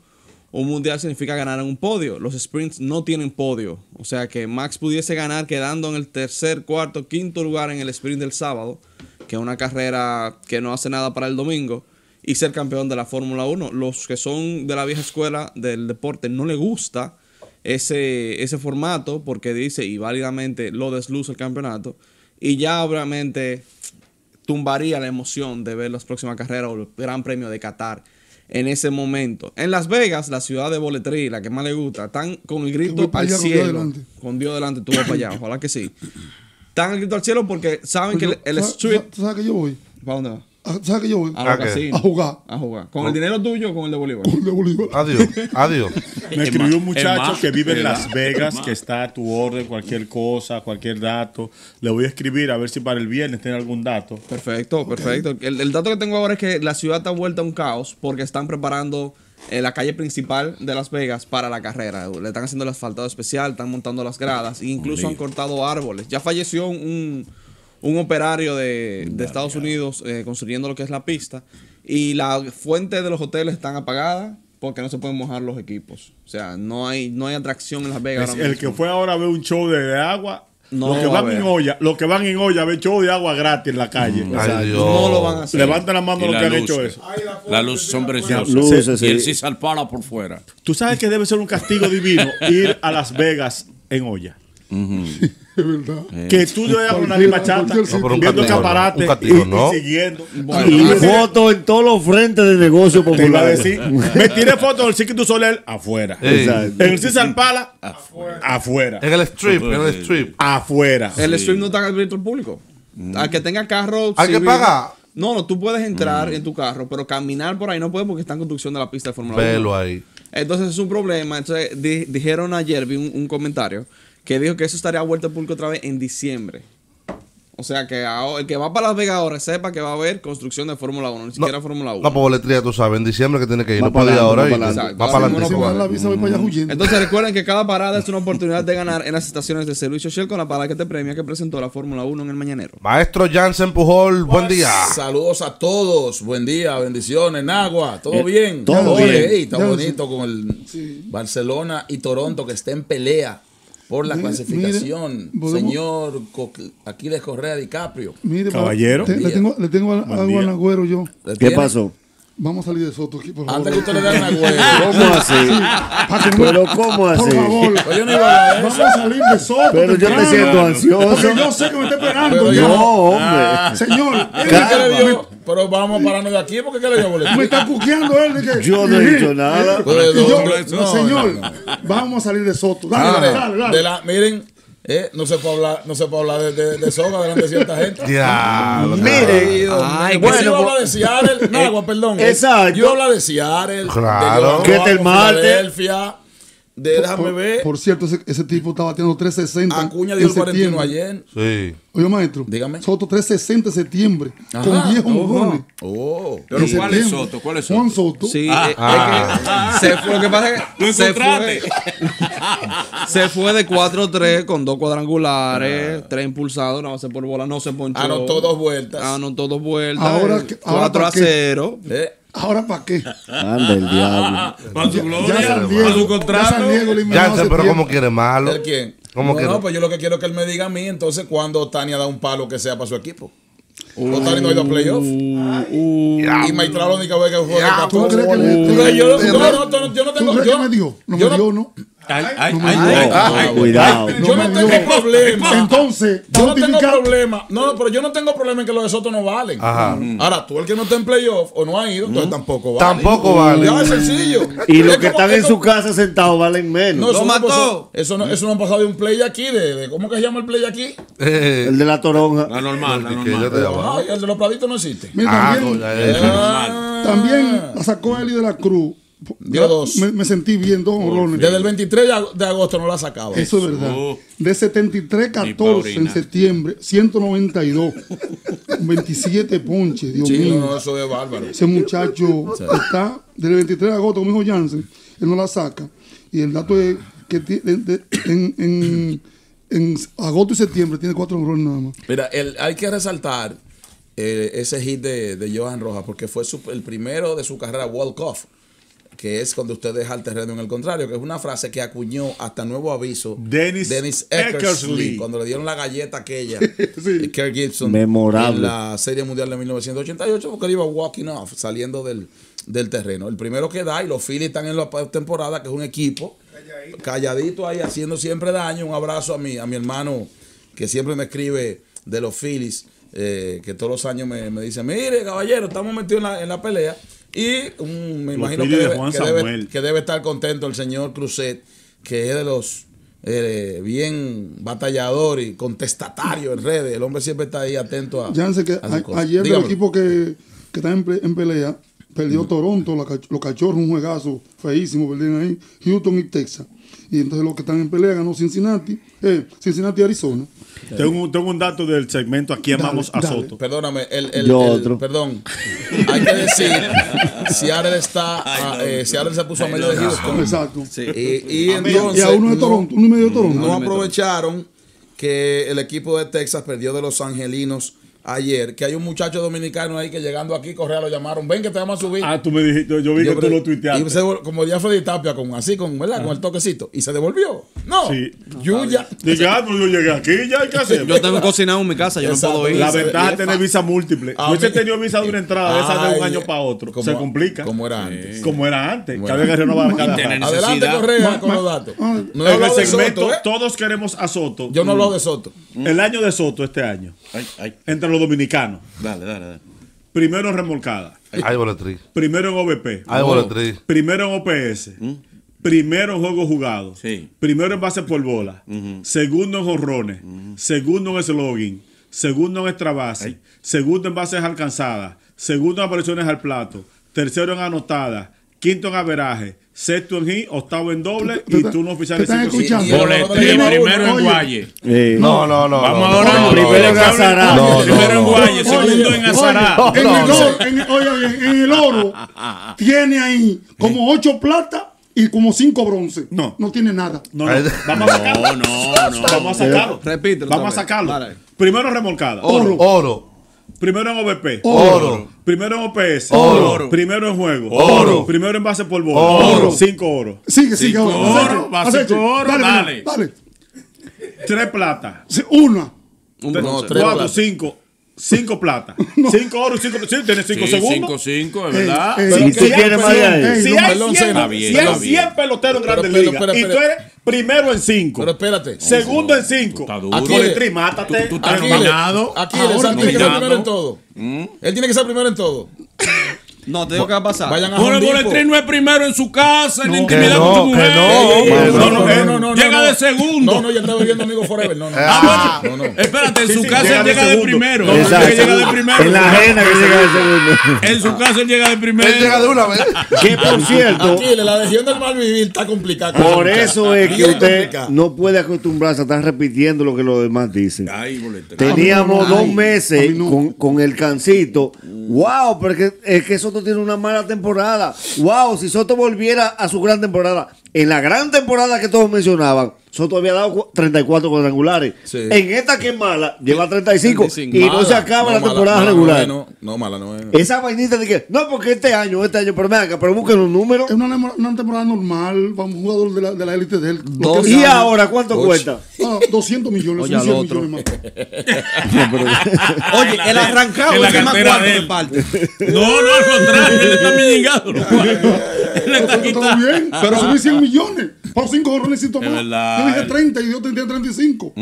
H: un mundial significa ganar en un podio. Los sprints no tienen podio. O sea que Max pudiese ganar quedando en el tercer, cuarto, quinto lugar en el sprint del sábado, que es una carrera que no hace nada para el domingo y ser campeón de la Fórmula 1. Los que son de la vieja escuela del deporte no les gusta Eh, ese, ese formato porque dice y válidamente lo desluce el campeonato y ya obviamente tumbaría la emoción de ver las próximas carreras o el Gran Premio de Qatar en ese momento. En Las Vegas, la ciudad de boletería, la que más le gusta, están con el
E: Tú voy
H: grito
E: para
H: al
E: allá con Dios
H: cielo.
E: delante.
H: Con Dios delante, tú vas para allá, ojalá que sí. Están el grito al cielo porque saben que el, el
E: Pues ¿Sabes
H: street...
E: tú sabes que yo voy?
H: ¿Para dónde va?
E: A- ¿A- ¿Sabes que yo voy?
H: A Ah,
C: Ah,
H: los
C: ¿qué?
H: casinos.
E: A jugar.
H: A jugar. ¿Con el dinero tuyo o con el de Bolívar?
E: de Bolívar.
C: Adiós, adiós.
G: Me escribió un muchacho
H: Emma,
G: que vive en
H: Emma,
G: Las Vegas, que está a tu orden, cualquier cosa, cualquier dato. Le voy a escribir a ver si para el viernes tiene algún dato.
H: Perfecto, perfecto. El, el dato que tengo ahora es que la ciudad está vuelta a un caos porque están preparando eh, la calle principal de Las Vegas para la carrera. Le están haciendo el asfaltado especial, están montando las gradas e incluso han cortado árboles. Ya falleció un, un operario de, de Estados Unidos eh, construyendo lo que es la pista y la fuente de los hoteles están apagadas porque no se pueden mojar los equipos. O sea, no hay, no hay atracción en Las Vegas.
G: Es
H: ahora
G: el
H: mismo.
G: que fue ahora a ver un show de, de agua.
H: No,
G: los que
H: a
G: van en
H: ver.
G: olla, los que van en olla a ver show de agua gratis en la calle. O sea,
C: Ay, Dios.
H: no lo van a hacer.
G: Levanta la mano
I: Y
G: los
I: la
G: que han
I: luz,
G: hecho
I: que-
G: eso.
I: Las luces son preciosas.
G: Luces,
I: y el sisal para por fuera.
G: Tú sabes que debe ser un castigo divino ir a Las Vegas en olla.
E: Es verdad.
H: Eh.
G: Que tú le hagas una misma chata,
E: No, pero
C: un castigo,
G: viendo escaparate
C: no. Un castigo,
G: y- y,
C: no.
G: siguiendo.
H: Bueno,
G: Y-
J: Foto en todos los frentes del negocio
G: Te iba a
J: popular.
G: decir, me tiré fotos del Cirque du Soleil afuera.
C: Ey.
G: Exacto. En el César Pala, afuera.
C: En el strip, en el strip.
G: Afuera.
H: El stream no está abierto al público. Al que tenga carro.
C: Hay que
H: civil-
C: pagar.
H: No, no, tú puedes entrar en tu carro, pero caminar por ahí no puedes porque está en construcción de la pista de Fórmula 1.
C: Velo ahí.
H: Entonces es un problema. Entonces di- dijeron ayer, vi un, un comentario que dijo que eso estaría vuelto al público otra vez en diciembre. O sea que ahora- el que va para Las Vegas ahora sepa que va a haber construcción de Fórmula 1, ni siquiera Fórmula 1.
C: No, por boletría, tú sabes, en diciembre que tiene que ir.
J: Va
C: No puede ir
J: pa'lante,
C: ahora.
J: va
C: y-
J: pa'lante.
C: Va para
H: Exacto.
E: Si
C: adelante.
E: me dan la visa, voy para allá huyendo.
H: Entonces recuerden que cada parada es una oportunidad de ganar en las estaciones de servicio Shell con la parada que te premia que presentó la Fórmula 1 en el mañanero.
C: Maestro Jansen Pujol, buen día.
I: Saludos a todos. Buen día, bendiciones, Nagua.
F: Eh,
I: ¿Todo bien?
E: todo
I: Oye,
E: bien.
I: ey, está
E: Ya lo
I: bonito con el Barcelona y Toronto que está en pelea por la
E: Mire,
I: clasificación.
E: mire, podemos-
I: Señor Co- Aquiles Correa DiCaprio.
E: Mire, para-
G: Caballero.
E: te- le tengo, le tengo
G: Buen
E: algo
G: día.
E: al agüero yo.
I: ¿Le
J: ¿Qué
I: tiene?
J: pasó?
E: Vamos a salir de Soto aquí, por favor.
I: Antes que usted le dé una
J: ¿Cómo así?
E: Pa' que no-
J: Pero ¿cómo
H: Ah,
E: Por
J: así?
E: favor.
I: Pero yo no iba a
E: Vamos a salir de Soto.
J: Pero yo te
E: temprano,
J: siento
E: Porque yo
J: ansioso.
E: sé que me está esperando
I: Pero
E: ya.
J: No,
I: Ah,
J: hombre.
E: Señor, él
I: ¿Qué le
E: me-
I: dio? Pero vamos a pararnos Ah, de aquí porque ¿qué le dio boleto?
E: me está cuqueando él. de que-
J: Yo no he dicho nada.
I: Pero
E: Y
I: no,
E: yo,
I: no, no.
E: señor, vamos a salir de Soto. Dale,
I: Ah,
E: dale, dale. dale.
I: de la- miren, eh, no se puede hablar, no se puede hablar de, de- de soga delante de cierta gente.
C: Diablo,
J: Miren,
I: ah,
H: Ay,
I: Bueno,
J: Bueno,
I: yo
J: pues-
I: hablo de
F: eh,
I: Seattle, no, agua, perdón.
J: exacto.
I: ah. Yo hablo de Seattle,
C: Claro.
J: Que te el martes.
I: Filadelfia, de déjame
E: por,
I: ver,
E: por cierto, ese, ese tipo está batiendo 360.
I: Acuña
E: en
I: dio el
E: septiembre.
I: 41 ayer.
C: Sí.
E: Oye, maestro.
I: Dígame.
E: Soto 360 en septiembre.
I: Ajá,
E: con 10 honrones.
I: Oh.
E: En
I: Pero
E: septiembre.
I: es? Soto? ¿Cuál es
E: Juan Soto.
H: Sí, eh,
C: ah.
H: es que se fue, lo que pasa es que se fue, se fue de 4-3 con dos cuadrangulares, tres impulsados, una base por bola, no se ponchó.
I: Anotó dos vueltas.
H: Anotó dos vueltas.
E: Ahora
H: eh,
E: que- ahora
H: 4 a
E: ¿para qué?
H: 0.
I: Eh,
E: ¿Ahora para qué?
J: Anda el diablo.
I: para su
E: Ya San Diego. Ya San Diego lo eliminó
C: Jansen,
E: hace
C: pero
E: tiempo.
C: como quiere malo.
I: ¿El quién?
C: ¿Cómo
I: no,
C: que
I: no,
C: no?
I: pues yo lo que quiero es que él me diga a mí, entonces, cuando Tania da un palo que sea para su equipo. No, Tania no ha ido a playoff. y Maitral la única vez que jugó de
E: ¿Tú
I: 14.
E: crees que le-
I: Tú crees- yo,
E: le-
I: no, no, no, yo no
E: ¿Tú
I: tengo.
E: crees
I: yo,
E: que me dio? No
I: yo
E: me dio, ¿no?
J: Ay, ah, Cuidado.
I: yo no,
E: me
I: tengo
E: dio.
I: problema.
E: Ah, Entonces,
I: yo no tengo
E: justifica-
I: problema. No, no, pero yo no tengo problema en que los de Soto no valen.
C: Ajá.
I: Ahora, tú el que no está en playoff o no ha ido, entonces tampoco vale.
C: Tampoco vale.
I: Ya, es sencillo.
J: Ah, Y los
I: Es
J: que
I: como-
J: están
I: es
J: en
I: como-
J: su casa sentados valen
I: No,
J: menos.
I: eso,
H: Lo
I: no ha
H: mató.
I: pasado- eso, no, eso no ha pasado de un play aquí. De, de- ¿Cómo que se llama el play aquí?
C: Eh,
J: El de la toronja.
I: La normal,
C: y que ya te llamaba.
I: Ajá, y el de los pladitos no existe.
E: Mira,
C: Ah,
E: también,
C: coño, eh,
I: Ah,
E: también la sacó Eli de la Cruz.
I: Dio dos.
E: Me, me sentí bien, dos honrones.
I: Desde el 23 de ag- de agosto no la sacaba.
E: Eso es verdad.
I: Oh.
E: De 73 14 en septiembre, 192. 27 ponches, Dios
I: Sí,
E: mío.
I: no, no, eso es bárbaro.
E: Ese muchacho está del 23 de agosto, como dijo Jansen, él no la saca. Y el dato es que ti- de- de- en, en- en agosto y septiembre tiene cuatro honrones nada más.
I: Mira, el- hay que resaltar eh, ese hit de, de Johan Rojas porque fue su- el primero de su carrera walk-off, que es cuando usted deja el terreno en el contrario, que es una frase que acuñó hasta nuevo aviso
G: Dennis Eckersley.
I: cuando le dieron la galleta aquella
E: Sí.
I: de Kirk Gibson
J: Memorable.
I: en la Serie Mundial de 1988 porque él iba walking off, saliendo del, del terreno. El primero que da y los Phillies están en la pa- temporada, que es un equipo calladito, ahí haciendo siempre daño. Un abrazo a mi, a mi hermano que siempre me escribe de los Phillies, eh, que todos los años me, me dice, mire caballero, estamos metidos en la, en la pelea. Y un- me imagino que
G: Phillies de
I: debe,
G: Juan
I: que debe-
G: Samuel.
I: que debe estar contento el señor Cruzet, que es de los eh, bien batallador y contestatario en redes. El hombre siempre está ahí atento a.
E: Jansen, que
I: a sus
E: a-
I: cosas.
E: ayer el
I: Dígame.
E: equipo que que está en, pe- en pelea. Perdió Toronto, la cach- los cachorros, un juegazo feísimo, perdieron ahí. Houston y Texas. Y entonces los que están en pelea ganó Cincinnati, eh, Cincinnati y Arizona.
G: Tengo, un- tengo un dato del segmento Aquí
E: Dale,
G: amamos a
E: dale.
G: Soto.
I: Perdóname, el, el-
G: Yo
I: el-
G: otro.
I: perdón. Hay que decir, Seattle está, a- eh, Seattle se puso a medio de Houston.
E: Exacto.
I: Y, y
E: A medio.
I: entonces
E: Y a uno de Toronto, uno y medio de Toronto.
I: No aprovecharon que el equipo de Texas pues, perdió de los Angelinos ayer, que hay un muchacho dominicano ahí que llegando aquí Correa lo llamaron, ven que te vamos a subir.
G: Ah, tú me dijiste, yo, yo vi
I: Yo
G: que tú
I: creo-
G: lo tuiteaste. Ah.
I: y pues, se vol- como ya Freddy Tapia con así con, ¿verdad? Con el toquecito y se devolvió. No.
G: Sí.
I: Yo ya
G: Dije, ah, pues yo llegué aquí, ya hay que hacer.
H: Yo tengo cocinado en mi casa, yo no
I: Exacto.
H: puedo ir.
G: La ventaja es tener visa múltiple.
I: Ah,
G: Yo he
I: mi-
G: tenido visa de una entrada, de esa de un
I: Ay,
G: año para otro.
I: como-
G: Se complica.
I: como era antes.
G: Como era antes.
I: Bueno.
G: Cada vez que renovar cada rato.
I: Adelante, Correa, con los datos. No he
G: en el
I: hablado de
G: segmento
I: Soto, ¿eh?
G: Todos queremos a Soto.
I: Yo no he hablado de Soto.
G: El año de Soto este año. Entre los dominicanos.
K: Dale, dale, dale.
G: Primero en remolcada.
C: Ay, boletriz.
G: Primero en OVP.
C: Ay, boletriz.
G: Primero en OPS. Primero en juego jugado. Primero en base por bola. Segundo en jorrones. Segundo en slogan. Segundo en extra base. Segundo en bases alcanzadas. Segundo en apariciones al plato. Tercero en anotadas. Quinto en averaje. Sexto en hit. Octavo en doble. Y tú no
E: te
G: oficiales
E: están
G: cinco-
E: escuchando.
G: cinco-
E: Primero- oye,
C: No, no, no.
K: Vamos
C: no,
K: ahora.
C: no, no,
J: Primero
C: no,
J: en
C: no,
J: Azará.
C: no, no,
K: Primero en
C: no.
K: Guaye, segundo en
E: oye,
K: Azará.
E: En
C: No,
E: el
C: no.
E: oro, en, el- oye, oye, en el oro tiene ahí como ocho plata y como cinco bronce.
G: No.
E: No tiene nada.
G: No, no. Vamos a
K: No,
G: sacarlo.
K: no.
G: Vamos a sacarlo.
H: Repítelo
G: Vamos
H: otra
G: a
H: vez.
G: sacarlo.
H: Dale.
G: Primero en remolcada.
C: Oro.
G: Primero en OVP.
C: Oro.
G: Primero en OPS.
C: Oro.
G: Primero en juego.
C: Oro.
G: Primero en base por bola.
C: Oro.
G: Cinco oro.
E: Sigue, sigue
K: Cinco
E: ahora. Aceche,
K: oro, va
E: aceche.
K: cinco oro, dale.
E: Dale. dale.
G: Tres plata.
E: Sí, Una.
H: Un
G: Tres-
H: bronce.
I: tres
G: cuatro,
I: plata.
G: cinco. Cinco plata. Cinco oro y cinco. Sí, tiene cinco segundos.
K: 5-5, es verdad.
E: Eh,
J: Si tú
G: que ya
J: quieres más de
G: empezaron,
J: ahí.
E: eh,
G: Si
E: no,
G: hay
I: perdón,
G: 100,
I: Sena,
K: bien,
G: si hay
K: está bien.
G: 100 peloteros en
I: Pero,
G: grandes
I: pero,
G: ligas
I: pero,
G: y tú
I: pero.
G: eres primero en cinco.
I: Pero espérate.
G: Segundo en cinco.
K: estás duro.
G: Aquí Boletri, mátate.
K: Tú- tú estás
G: Aquí-
K: nominado.
I: Aquí él
K: Ahora
I: tiene que ser
K: nominado.
I: primero en todo. Él tiene que ser primero en todo.
H: Mm. No, te digo que va a pasar.
I: Vayan a
K: Jorge
I: Home
K: Boletrín
I: Depot.
K: no es primero en su casa, en la
C: Que
K: intimidad
C: no,
K: con tu
C: que
K: mujer.
C: no.
G: No, no,
I: No,
G: no,
I: no, no,
K: Llega
I: no.
K: de segundo.
I: No, no, ya está bebiendo amigo forever. No, no.
C: Ah,
I: no, no.
K: Espérate, en
G: Sí,
K: su
G: sí,
K: casa
G: llega
K: él
G: de
K: llega de
G: segundo.
K: primero.
G: No,
K: Él
J: Exacto.
K: llega de primero.
J: En la ajena que llega de segundo.
K: En su casa él llega de primero.
C: Él llega de una vez.
J: Que
E: Ah,
J: por cierto,
I: Aquí la legión del mal vivir está complicada.
J: por eso es que
I: Bien
J: usted
I: complicada.
J: no puede acostumbrarse a estar repitiendo lo que los demás dicen.
K: Ay, Boletrín.
J: Teníamos
E: A mí no,
J: dos
E: ay, a
J: meses
E: mí no.
J: con, con el cancito. Wow, pero es que, es que Soto tiene una mala temporada. Wow, si Soto volviera a su gran temporada. En la gran temporada que todos mencionaban, Soto había dado cu- 34 cuadrangulares.
I: Sí.
J: En esta que es mala, lleva 35 y no
I: Mala,
J: se acaba la
I: mala,
J: temporada
I: mala
J: regular.
I: No, es, no, no, mala no es.
J: Esa vainita de que, no, porque este año, este año, pero venga, pero busquen los números.
E: Es una, nemo- una temporada normal para un jugador de la, de la élite de él. Lo
H: Dos
E: que
J: ¿Y
E: gana,
J: ahora cuánto
I: Ocho.
J: cuesta?
E: ah, 200 millones.
H: Oye, al
E: 100
H: otro.
E: millones más.
H: Ah, Oye, el arrancado
K: en
H: es
K: la
H: el que más
K: cartera
H: cuarto
K: de
H: de
K: él.
H: parte.
K: No, no, al contrario, él está millingado. los cuatro. Él está
E: Pero está
K: quitado.
E: bien. Pero subí 100 millones. Para 5 jorrones necesito
K: Es
E: más.
K: verdad. Mm.
E: Yo dije 30 y yo te dije 35.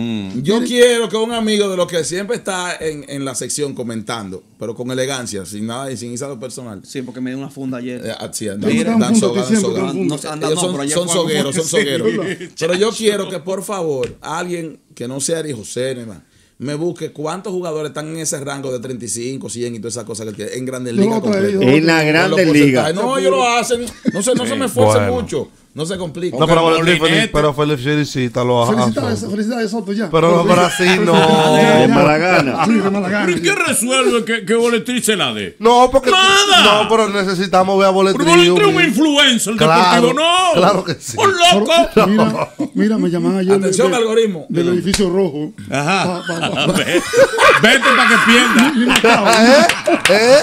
I: Yo quiero que un amigo de los que siempre está en, en la sección comentando, pero con elegancia, sin nada y sin izado personal.
H: Sí, porque me dio una funda ayer.
I: Eh, ah, sí, andan-
E: Siempre te dan
I: dan
E: punto,
I: soga,
E: que
I: dan
E: siempre
I: soga.
E: te dan
H: punto.
I: Ellos
H: No, pero
I: son,
H: ayer
I: son
H: fue algo
I: sogueros, son
H: fuerte,
I: sogueros.
H: sí,
I: Pero yo quiero que, por favor, alguien que no sea Ari José, ni más, me busque cuántos jugadores están en ese rango de 35, 100 y todas esas cosas que él tiene en Grandes
E: Yo lo
I: Ligas.
E: traía,
I: completo.
E: yo lo
J: En la
E: traía.
I: Con los
J: Grandes Ligas.
I: porcentajes. No, ellos lo hacen. No se, no se me esfuerce
C: Bueno.
I: mucho. No se complica.
C: No, pero boletriz,
K: Molinete.
C: feliz-
J: este-
C: pero Felipe felicítalo a- a
E: Felicidades,
C: Soto.
E: felicidades, Soto, ya.
C: Pero
E: Felicidades.
C: Brasil, no.
J: De
E: Felicidades, ya.
J: mala gana.
E: Sí, de mala gana.
K: ¿Pero ¿y qué resuelve que, que Boletrín se la dé?
C: No, porque.
K: Nada.
C: No, pero necesitamos ver a
K: Pero
C: boletriz.
K: Boletrín es un influencer
C: Claro,
K: deportivo, no.
C: claro que sí.
K: Un loco.
E: Pero, Mira, mira, me llamaban ayer. de-
I: Atención,
E: de-
I: algoritmo.
E: Del edificio rojo.
C: Ah.
E: Ajá.
K: Vete, Ah. vete para que pierda.
C: ¿Eh? ¿Eh?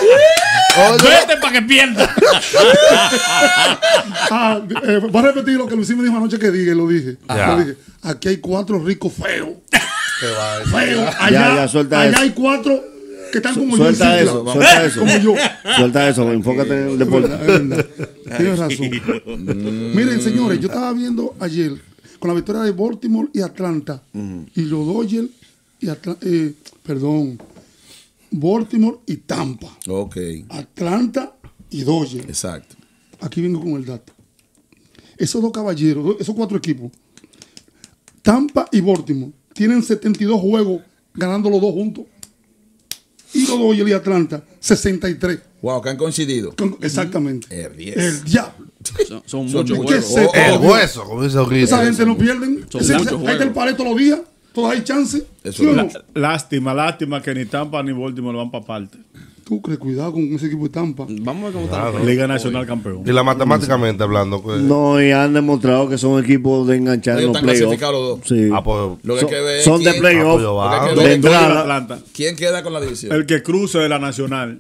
C: Oye,
K: Vete para que pierda.
E: Ah, eh, voy a repetir lo que Luis me dijo anoche que dije, lo dije.
C: Ya.
E: Lo dije. Aquí hay cuatro ricos feos.
C: qué va, eh.
E: Feos. Allá,
J: ya, suelta
E: allá
J: eso.
E: hay cuatro que están como yo. en
J: Suelta
E: sigla.
J: eso, suelta eso.
E: Como yo.
J: Suelta eso, enfócate en el
E: Es verdad,
J: deporte.
E: es verdad. Tienes razón. Mm. Miren, señores, yo estaba viendo ayer con la victoria de Baltimore y Atlanta. Y los Dodgers y Atla- eh, perdón. Baltimore y Tampa.
I: Ok,
E: Atlanta y Dodgers.
I: exacto.
E: Aquí vengo con el dato. Esos dos caballeros, do- esos cuatro equipos, Tampa y Baltimore, tienen 72 juegos ganando los dos juntos. Y los Dodgers y Atlanta, 63.
I: Wow, que han coincidido.
E: Exactamente.
I: El 10.
E: El diablo.
I: Son, son
E: Son
I: muchos
E: muchos
I: juegos.
E: juegos.
C: El
I: oh,
C: hueso, como dice
I: pues.
C: Jorge.
E: Esa gente no pierden.
G: Son
E: Ese-
G: muchos
E: ahí
G: juegos.
E: está el pared todos los días. Todos hay chance. ¿Sí o no?
G: La- lástima, lástima que ni Tampa ni Baltimore van para parte.
E: Tú crees, cuidado con ese equipo de Tampa.
G: Vamos a ver
C: Claro.
G: Liga Nacional campeón.
C: Y la matemáticamente hablando. pues,
J: No, y han demostrado que son equipos de enganchar en
I: Ellos
J: los
I: están
J: playoffs.
I: clasificados los dos.
J: Sí.
C: ah, pues,
I: Lo que
J: son,
I: hay que ver es
J: son de
I: quién-
J: playoff.
C: Ah, pues,
I: Lo que hay que
J: de
I: ver es quién-
J: entrada.
G: Atlanta.
I: ¿Quién queda con la división?
G: El que cruce de la Nacional.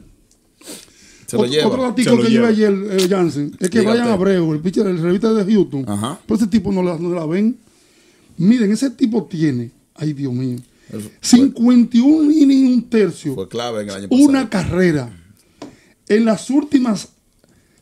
I: Se lo
E: Ot-
I: lleva.
E: Otro
G: Se
E: artículo
G: lo
E: que
G: lleva.
E: lleva ayer, eh, Jansen, es que
I: Dígate.
E: Brian Abreu, el pitcher, el revista de Houston,
I: Ajá.
E: pero ese tipo no la, no la ven. Miren, ese tipo tiene, ay Dios mío,
I: El-
E: 51 innings y un tercio,
I: Fue Pues clave en el año pasado.
E: una carrera. En las últimas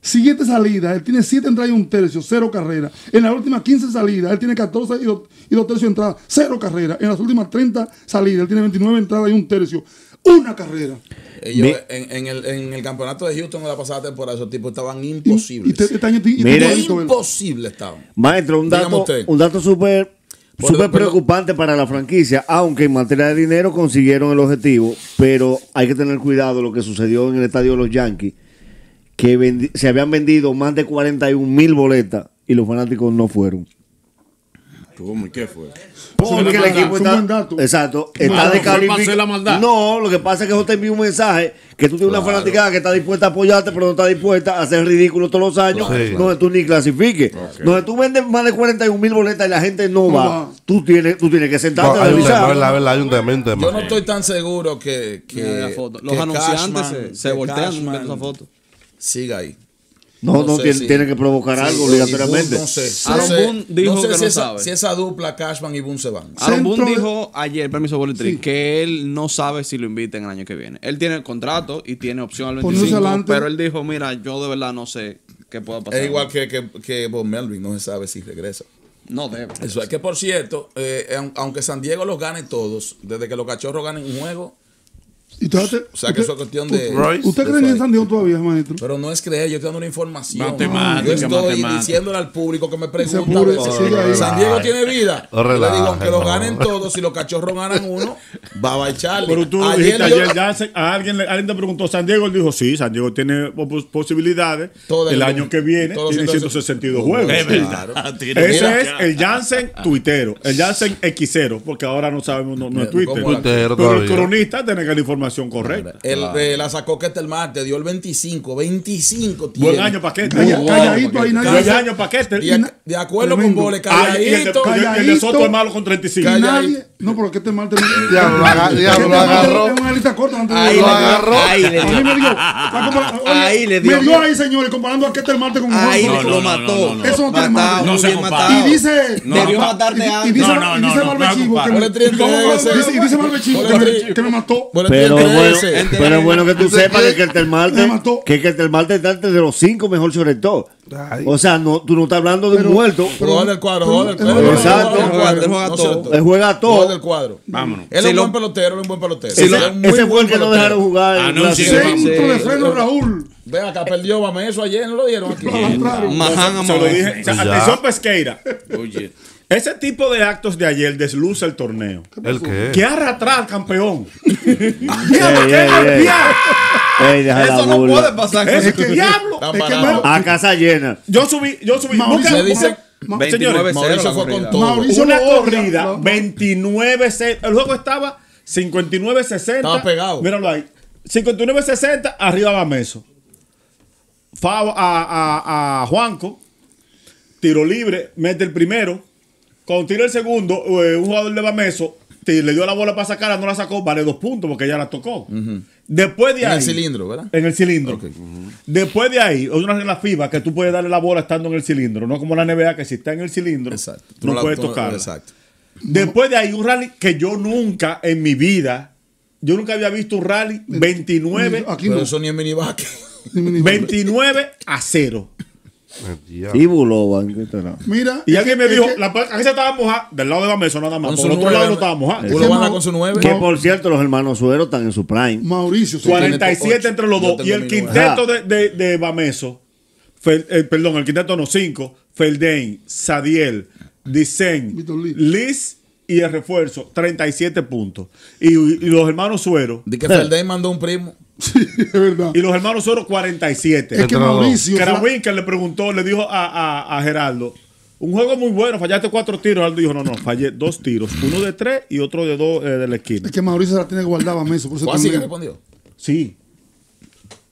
E: siguientes salidas, él tiene 7 entradas y un tercio, cero carrera. En las últimas 15 salidas, él tiene 14 y dos, y dos tercios de entrada, cero carrera. En las últimas 30 salidas, él tiene 29 entradas y un tercio, una carrera.
I: Ellos,
J: Mi-
I: en, en el, en el campeonato de Houston de la pasada temporada, esos tipos estaban
E: Y- Y,
I: imposibles.
E: te- este año- y- y-
J: Mire.
E: y-
I: imposibles estaban.
J: Maestro, un
I: Dígame
J: dato,
I: usted.
J: un dato súper
I: Por-
J: súper
I: por-
J: preocupante para la franquicia, aunque en materia de dinero consiguieron el objetivo, pero hay que tener cuidado lo que sucedió en el estadio de los Yankees, que vendi- se habían vendido más de 41 mil boletas y los fanáticos no fueron.
K: ¿Cómo y qué fue?
J: Porque el
E: maldad,
J: equipo
E: es un
J: está.
E: buen dato.
J: Exacto.
K: Claro,
J: Está
K: fue para hacer la
J: descalificado.
K: maldad.
J: No, lo que pasa es que yo te envío un mensaje que tú tienes una
I: Claro.
H: Ah,
J: fanaticada que está dispuesta a apoyarte, pero no está dispuesta a hacer ridículo todos los años,
C: Claro, sí.
J: donde tú ni clasifiques. Donde tú vendes más de 41 mil boletas y la gente no va,
E: va.
J: Tú, tienes, tú tienes que sentarte
C: no,
J: a
C: hay un tema,
J: revisar.
C: verdad, verdad, hay un tema, hay un tema.
I: Yo no estoy tan seguro que, que-
H: Mira la foto.
I: que
H: Los anunciantes
I: Cashman-
H: se, se
I: que
H: voltean
I: Cashman
H: viendo esa foto.
I: Siga ahí.
J: No, no,
I: sé
J: tiene,
I: si-
J: tiene que provocar
I: Sí,
J: algo
I: sí,
J: obligatoriamente.
I: y Boone, No sé.
H: Aaron
I: No sé-
H: Boone dijo
I: no sé
H: que
I: si
H: no
I: esa,
H: sabe.
I: Si esa dupla Cashman y Boone se van.
H: Aaron Boone
E: Centro de-
H: dijo ayer, permiso Bolitrin, que él no sabe si lo inviten el año que viene. Él tiene el contrato y tiene opción al
E: Ponerse
H: 25,
E: adelante.
H: pero él dijo, mira, yo de verdad no sé qué pueda pasar.
I: Es igual que, que, que Bob Melvin, no se sabe si regresa.
H: No debe.
I: Eso es que, por cierto, eh, aun- aunque San Diego los gane todos, desde que los cachorros ganen un juego,
E: y todavía te-
I: o sea que eso es cuestión de.
E: ¿Usted, usted cree en San Diego todavía, maestro?
I: Pero no es creer, yo estoy dando una información.
K: Matemática,
I: yo estoy
K: matemática.
I: diciéndole al público que me
E: Se
I: pregunta.
E: apure,
I: que-
E: sigue ahí.
I: San Diego tiene vida.
C: No
I: Yo le digo, aunque
C: Oh, relaje,
I: lo
C: no.
I: ganen todos, si los cachorros ganan uno, va a bailar.
G: Pero tú dijiste ayer, ya se- a alguien, le- alguien te preguntó, San Diego él dijo, sí, San Diego tiene pos- posibilidades.
I: Todo
G: el
I: el-
G: año que viene
I: todo
G: tiene 162
I: 162
G: juegos.
I: Es
K: verdad.
G: Ese es el Jansen tuitero, el Jansen Xero, porque ahora no sabemos, no, no es
I: ¿Cómo
G: Twitter.
I: era?
C: Tuitero
G: Pero el
C: todavía.
G: cronista tiene que la información correcta.
I: El, eh, la sacó que está el martes, dio el 25, 25 tiene.
G: Buen año, Paquete.
E: Calla-
G: Buen
E: calladito ahí, nadie dice-
G: año, Paquete.
I: De, ac- de acuerdo
E: Tremendo.
I: con Bole,
G: Ah, y el de-
I: calladito.
G: y el de Soto es malo con 35.
I: Calla-
E: Nadie.
I: ahí.
E: No, pero que este mal te
C: Diablo, lo aga- diablo, lo agarró.
E: Es una lista corta. antes de-
C: Ahí
E: Lo
C: le dio,
E: agarró.
C: ahí
E: A mí me dio. Está compar- oye,
H: Ahí le dio.
E: Me dio ahí, señores, comparando a Ketel Marte con
H: Ahí
E: Jorge.
K: no,
H: lo
K: no,
H: mató.
K: no, no,
E: no. Eso no está
H: matado,
E: mal.
K: No se
H: bien
K: compara.
H: matado.
E: Y dice.
K: No,
H: Debió
K: no,
H: matarte
E: y- y
H: antes.
E: dice-
K: No, no,
E: y dice
K: no, no,
E: Barbechivo
K: no,
E: que
K: no,
E: me-
I: Bole triente
E: ¿Cómo, cómo,
I: ese.
E: cómo? Y dice Barbechivo
I: Bole
E: que me-
I: tri-
E: que me mató.
I: Bole
J: Pero
I: triente
J: bueno,
I: ese.
J: pero es bueno que tú
C: ¿Usted
J: sepas
C: cree?
J: que el
E: Me
J: Marte,
E: mató.
J: que el Marte está entre los cinco mejor choretos.
C: Ay.
J: O sea, no, tú no estás hablando de un muerto.
I: Jugador del cuadro, jugador del
E: Pero-
I: cuadro.
J: Exacto.
I: Jugador del cuadro,
H: Él juega
I: no
H: todo.
I: cierto.
J: Él juega todo.
I: Jugador del cuadro.
K: Vámonos.
I: Él
H: Sí,
I: es un
H: lo-
I: buen pelotero, él es un buen pelotero.
J: Ese,
I: Él es un muy
J: ese fue
I: buen
J: el que no
I: pelotero.
J: dejaron jugar.
G: Ah,
J: en
K: Anuncien,
J: Clásico.
K: vamos.
E: Centro de
H: Sí.
E: freno, Raúl.
I: Ven acá, perdió Mamé eso ayer, no lo dieron aquí.
H: Mahan a
G: Se lo
H: Mahan.
G: dije. O sea,
C: Ya.
G: atención, Pesqueira.
K: Oye.
G: Ese tipo de actos de ayer desluza el torneo.
C: ¿El qué?
G: ¿Qué arra atrás, campeón?
J: Yeah, yeah, yeah. Ey, deja la
H: Eso no
J: burla.
H: puede pasar.
G: ¡Es
H: Eso-
G: que diablo!
I: Está
E: Es que
I: parado.
G: Ah,
E: no-
J: A casa llena.
G: Yo subí, yo subí.
E: Mauricio
G: Busca-
I: le dice-
G: Ma-
H: 29
G: Señores,
H: cero
I: Mauricio
H: la
I: fue
H: corrida.
I: con todo.
E: Mauricio
G: una
E: lo odia,
G: corrida,
E: lo-
G: 29 ce- El juego estaba 59-60.
I: Estaba pegado.
G: Míralo ahí. 59-60, arriba va Meso. Fao- a, a- a Juanco. Tiro libre, mete el primero. Con tiro el segundo, eh, un jugador de Bameso te- le dio la bola para sacarla, no la sacó, vale dos puntos porque ya la tocó. Después de
I: En
G: ahí.
I: el cilindro, ¿verdad?
J: Eh,
G: En el cilindro. Después de ahí, hay una regla FIBA que tú puedes darle la bola estando en el cilindro, no como la NBA que si está en el cilindro,
I: Exacto. Tú
G: no,
I: la-
G: puedes
I: tú no-
G: tocarla.
I: Exacto.
G: Después de ahí, un rally que yo nunca en mi vida, yo nunca había visto un rally 29,
E: Aquí
I: Pero
E: no.
I: eso ni en minibasque.
G: 29 a 0.
J: Y Bulovan. ¿qué tal?
E: Mira.
G: Y
E: es
G: alguien
E: que-
G: me
E: es
G: dijo,
E: que-
G: la camisa estaba mojada, del lado de la mesa nada más,
I: Con
G: por
I: su
G: el otro lado no
I: nueve. eh,
G: estaba mojada.
I: Tú lo van a ah. con su nueve.
J: Que por cierto, los hermanos Suero están en su prime.
E: Mauricio. sí.
G: 47
I: ocho.
G: entre los
I: Yo
G: dos.
I: tengo
G: Y el
I: mi
G: quinteto de, de, de Bameso, Fel- eh, perdón, el quinteto no, 5, Feldain, Sadiel, Dicen,
E: Víctor Liz.
G: Liz y el refuerzo, 37 puntos. Y, y los hermanos Suero,
I: Di que Feldey mandó un primo.
E: es verdad.
G: Y los hermanos Oro 47.
E: Es que Mauricio-
G: Krawinkel le preguntó, le dijo a, a- a Geraldo. Un juego muy bueno, fallaste cuatro tiros. Geraldo dijo, no, no, fallé dos tiros. Uno de tres y otro de dos eh, de la esquina.
E: Es que Mauricio se la tiene guardada a Meso. Por eso
G: ¿Fue así
E: también.
G: que respondió? Sí.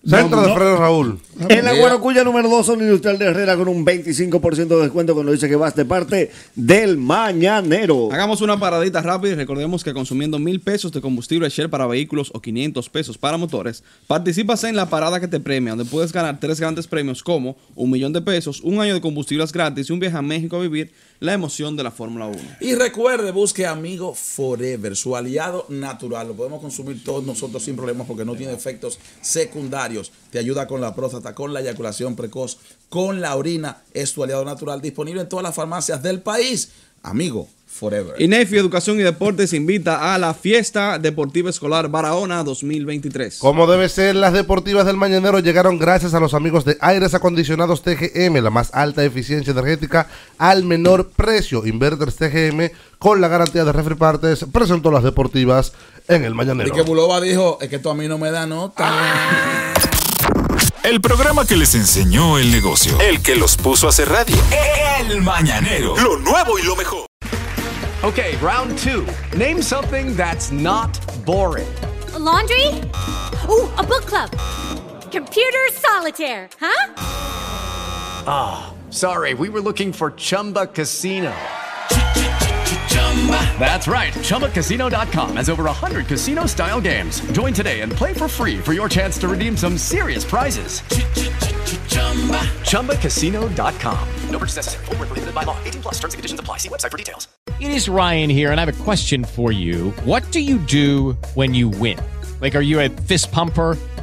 C: Centro de Fredo Raúl.
J: En la Guaracuya número 2, Zona Industrial de Herrera con un 25% de descuento cuando dice que vas de parte del mañanero.
H: Hagamos una paradita rápida y recordemos que consumiendo mil pesos de combustible Shell para vehículos o 500 pesos para motores, participas en la parada que te premia, donde puedes ganar tres grandes premios como un millón de pesos, un año de combustibles gratis y un viaje a México a vivir la emoción de la Fórmula 1.
I: Y recuerde, busque Amigo Forever, su aliado natural. Lo podemos consumir todos nosotros sin problemas porque no tiene efectos secundarios. Te ayuda con la próstata, con la eyaculación precoz, con la orina. Es tu aliado natural disponible en todas las farmacias del país. Amigo Forever.
H: INEFI Educación y Deportes invita a la Fiesta Deportiva Escolar Barahona 2023.
C: Como debe ser, las deportivas del mañanero llegaron gracias a los amigos de Aires Acondicionados TGM, la más alta eficiencia energética al menor precio. Inverters TGM, con la garantía de Refri Partes, presentó las deportivas en el
I: Y
C: mañanero.
I: que Bulova dijo, es que esto a mí no me da nota.
B: El programa que les enseñó el negocio. El que los puso a hacer radio. El Mañanero. Lo nuevo y lo mejor.
L: Okay, round two. Name something that's not boring.
M: A laundry? Ooh, a book club. Computer solitaire, huh?
L: Ah, sorry, we were looking for Chumba Casino. That's right, ChumbaCasino.com has over 100 casino style games. Join today and play for free for your chance to redeem some serious prizes. ChumbaCasino.com. No purchase necessary, forward prohibited by law, 18 plus terms and conditions apply. See website for details.
N: It is Ryan here, and I have a question for you. What do you do when you win? Like, are you a fist pumper?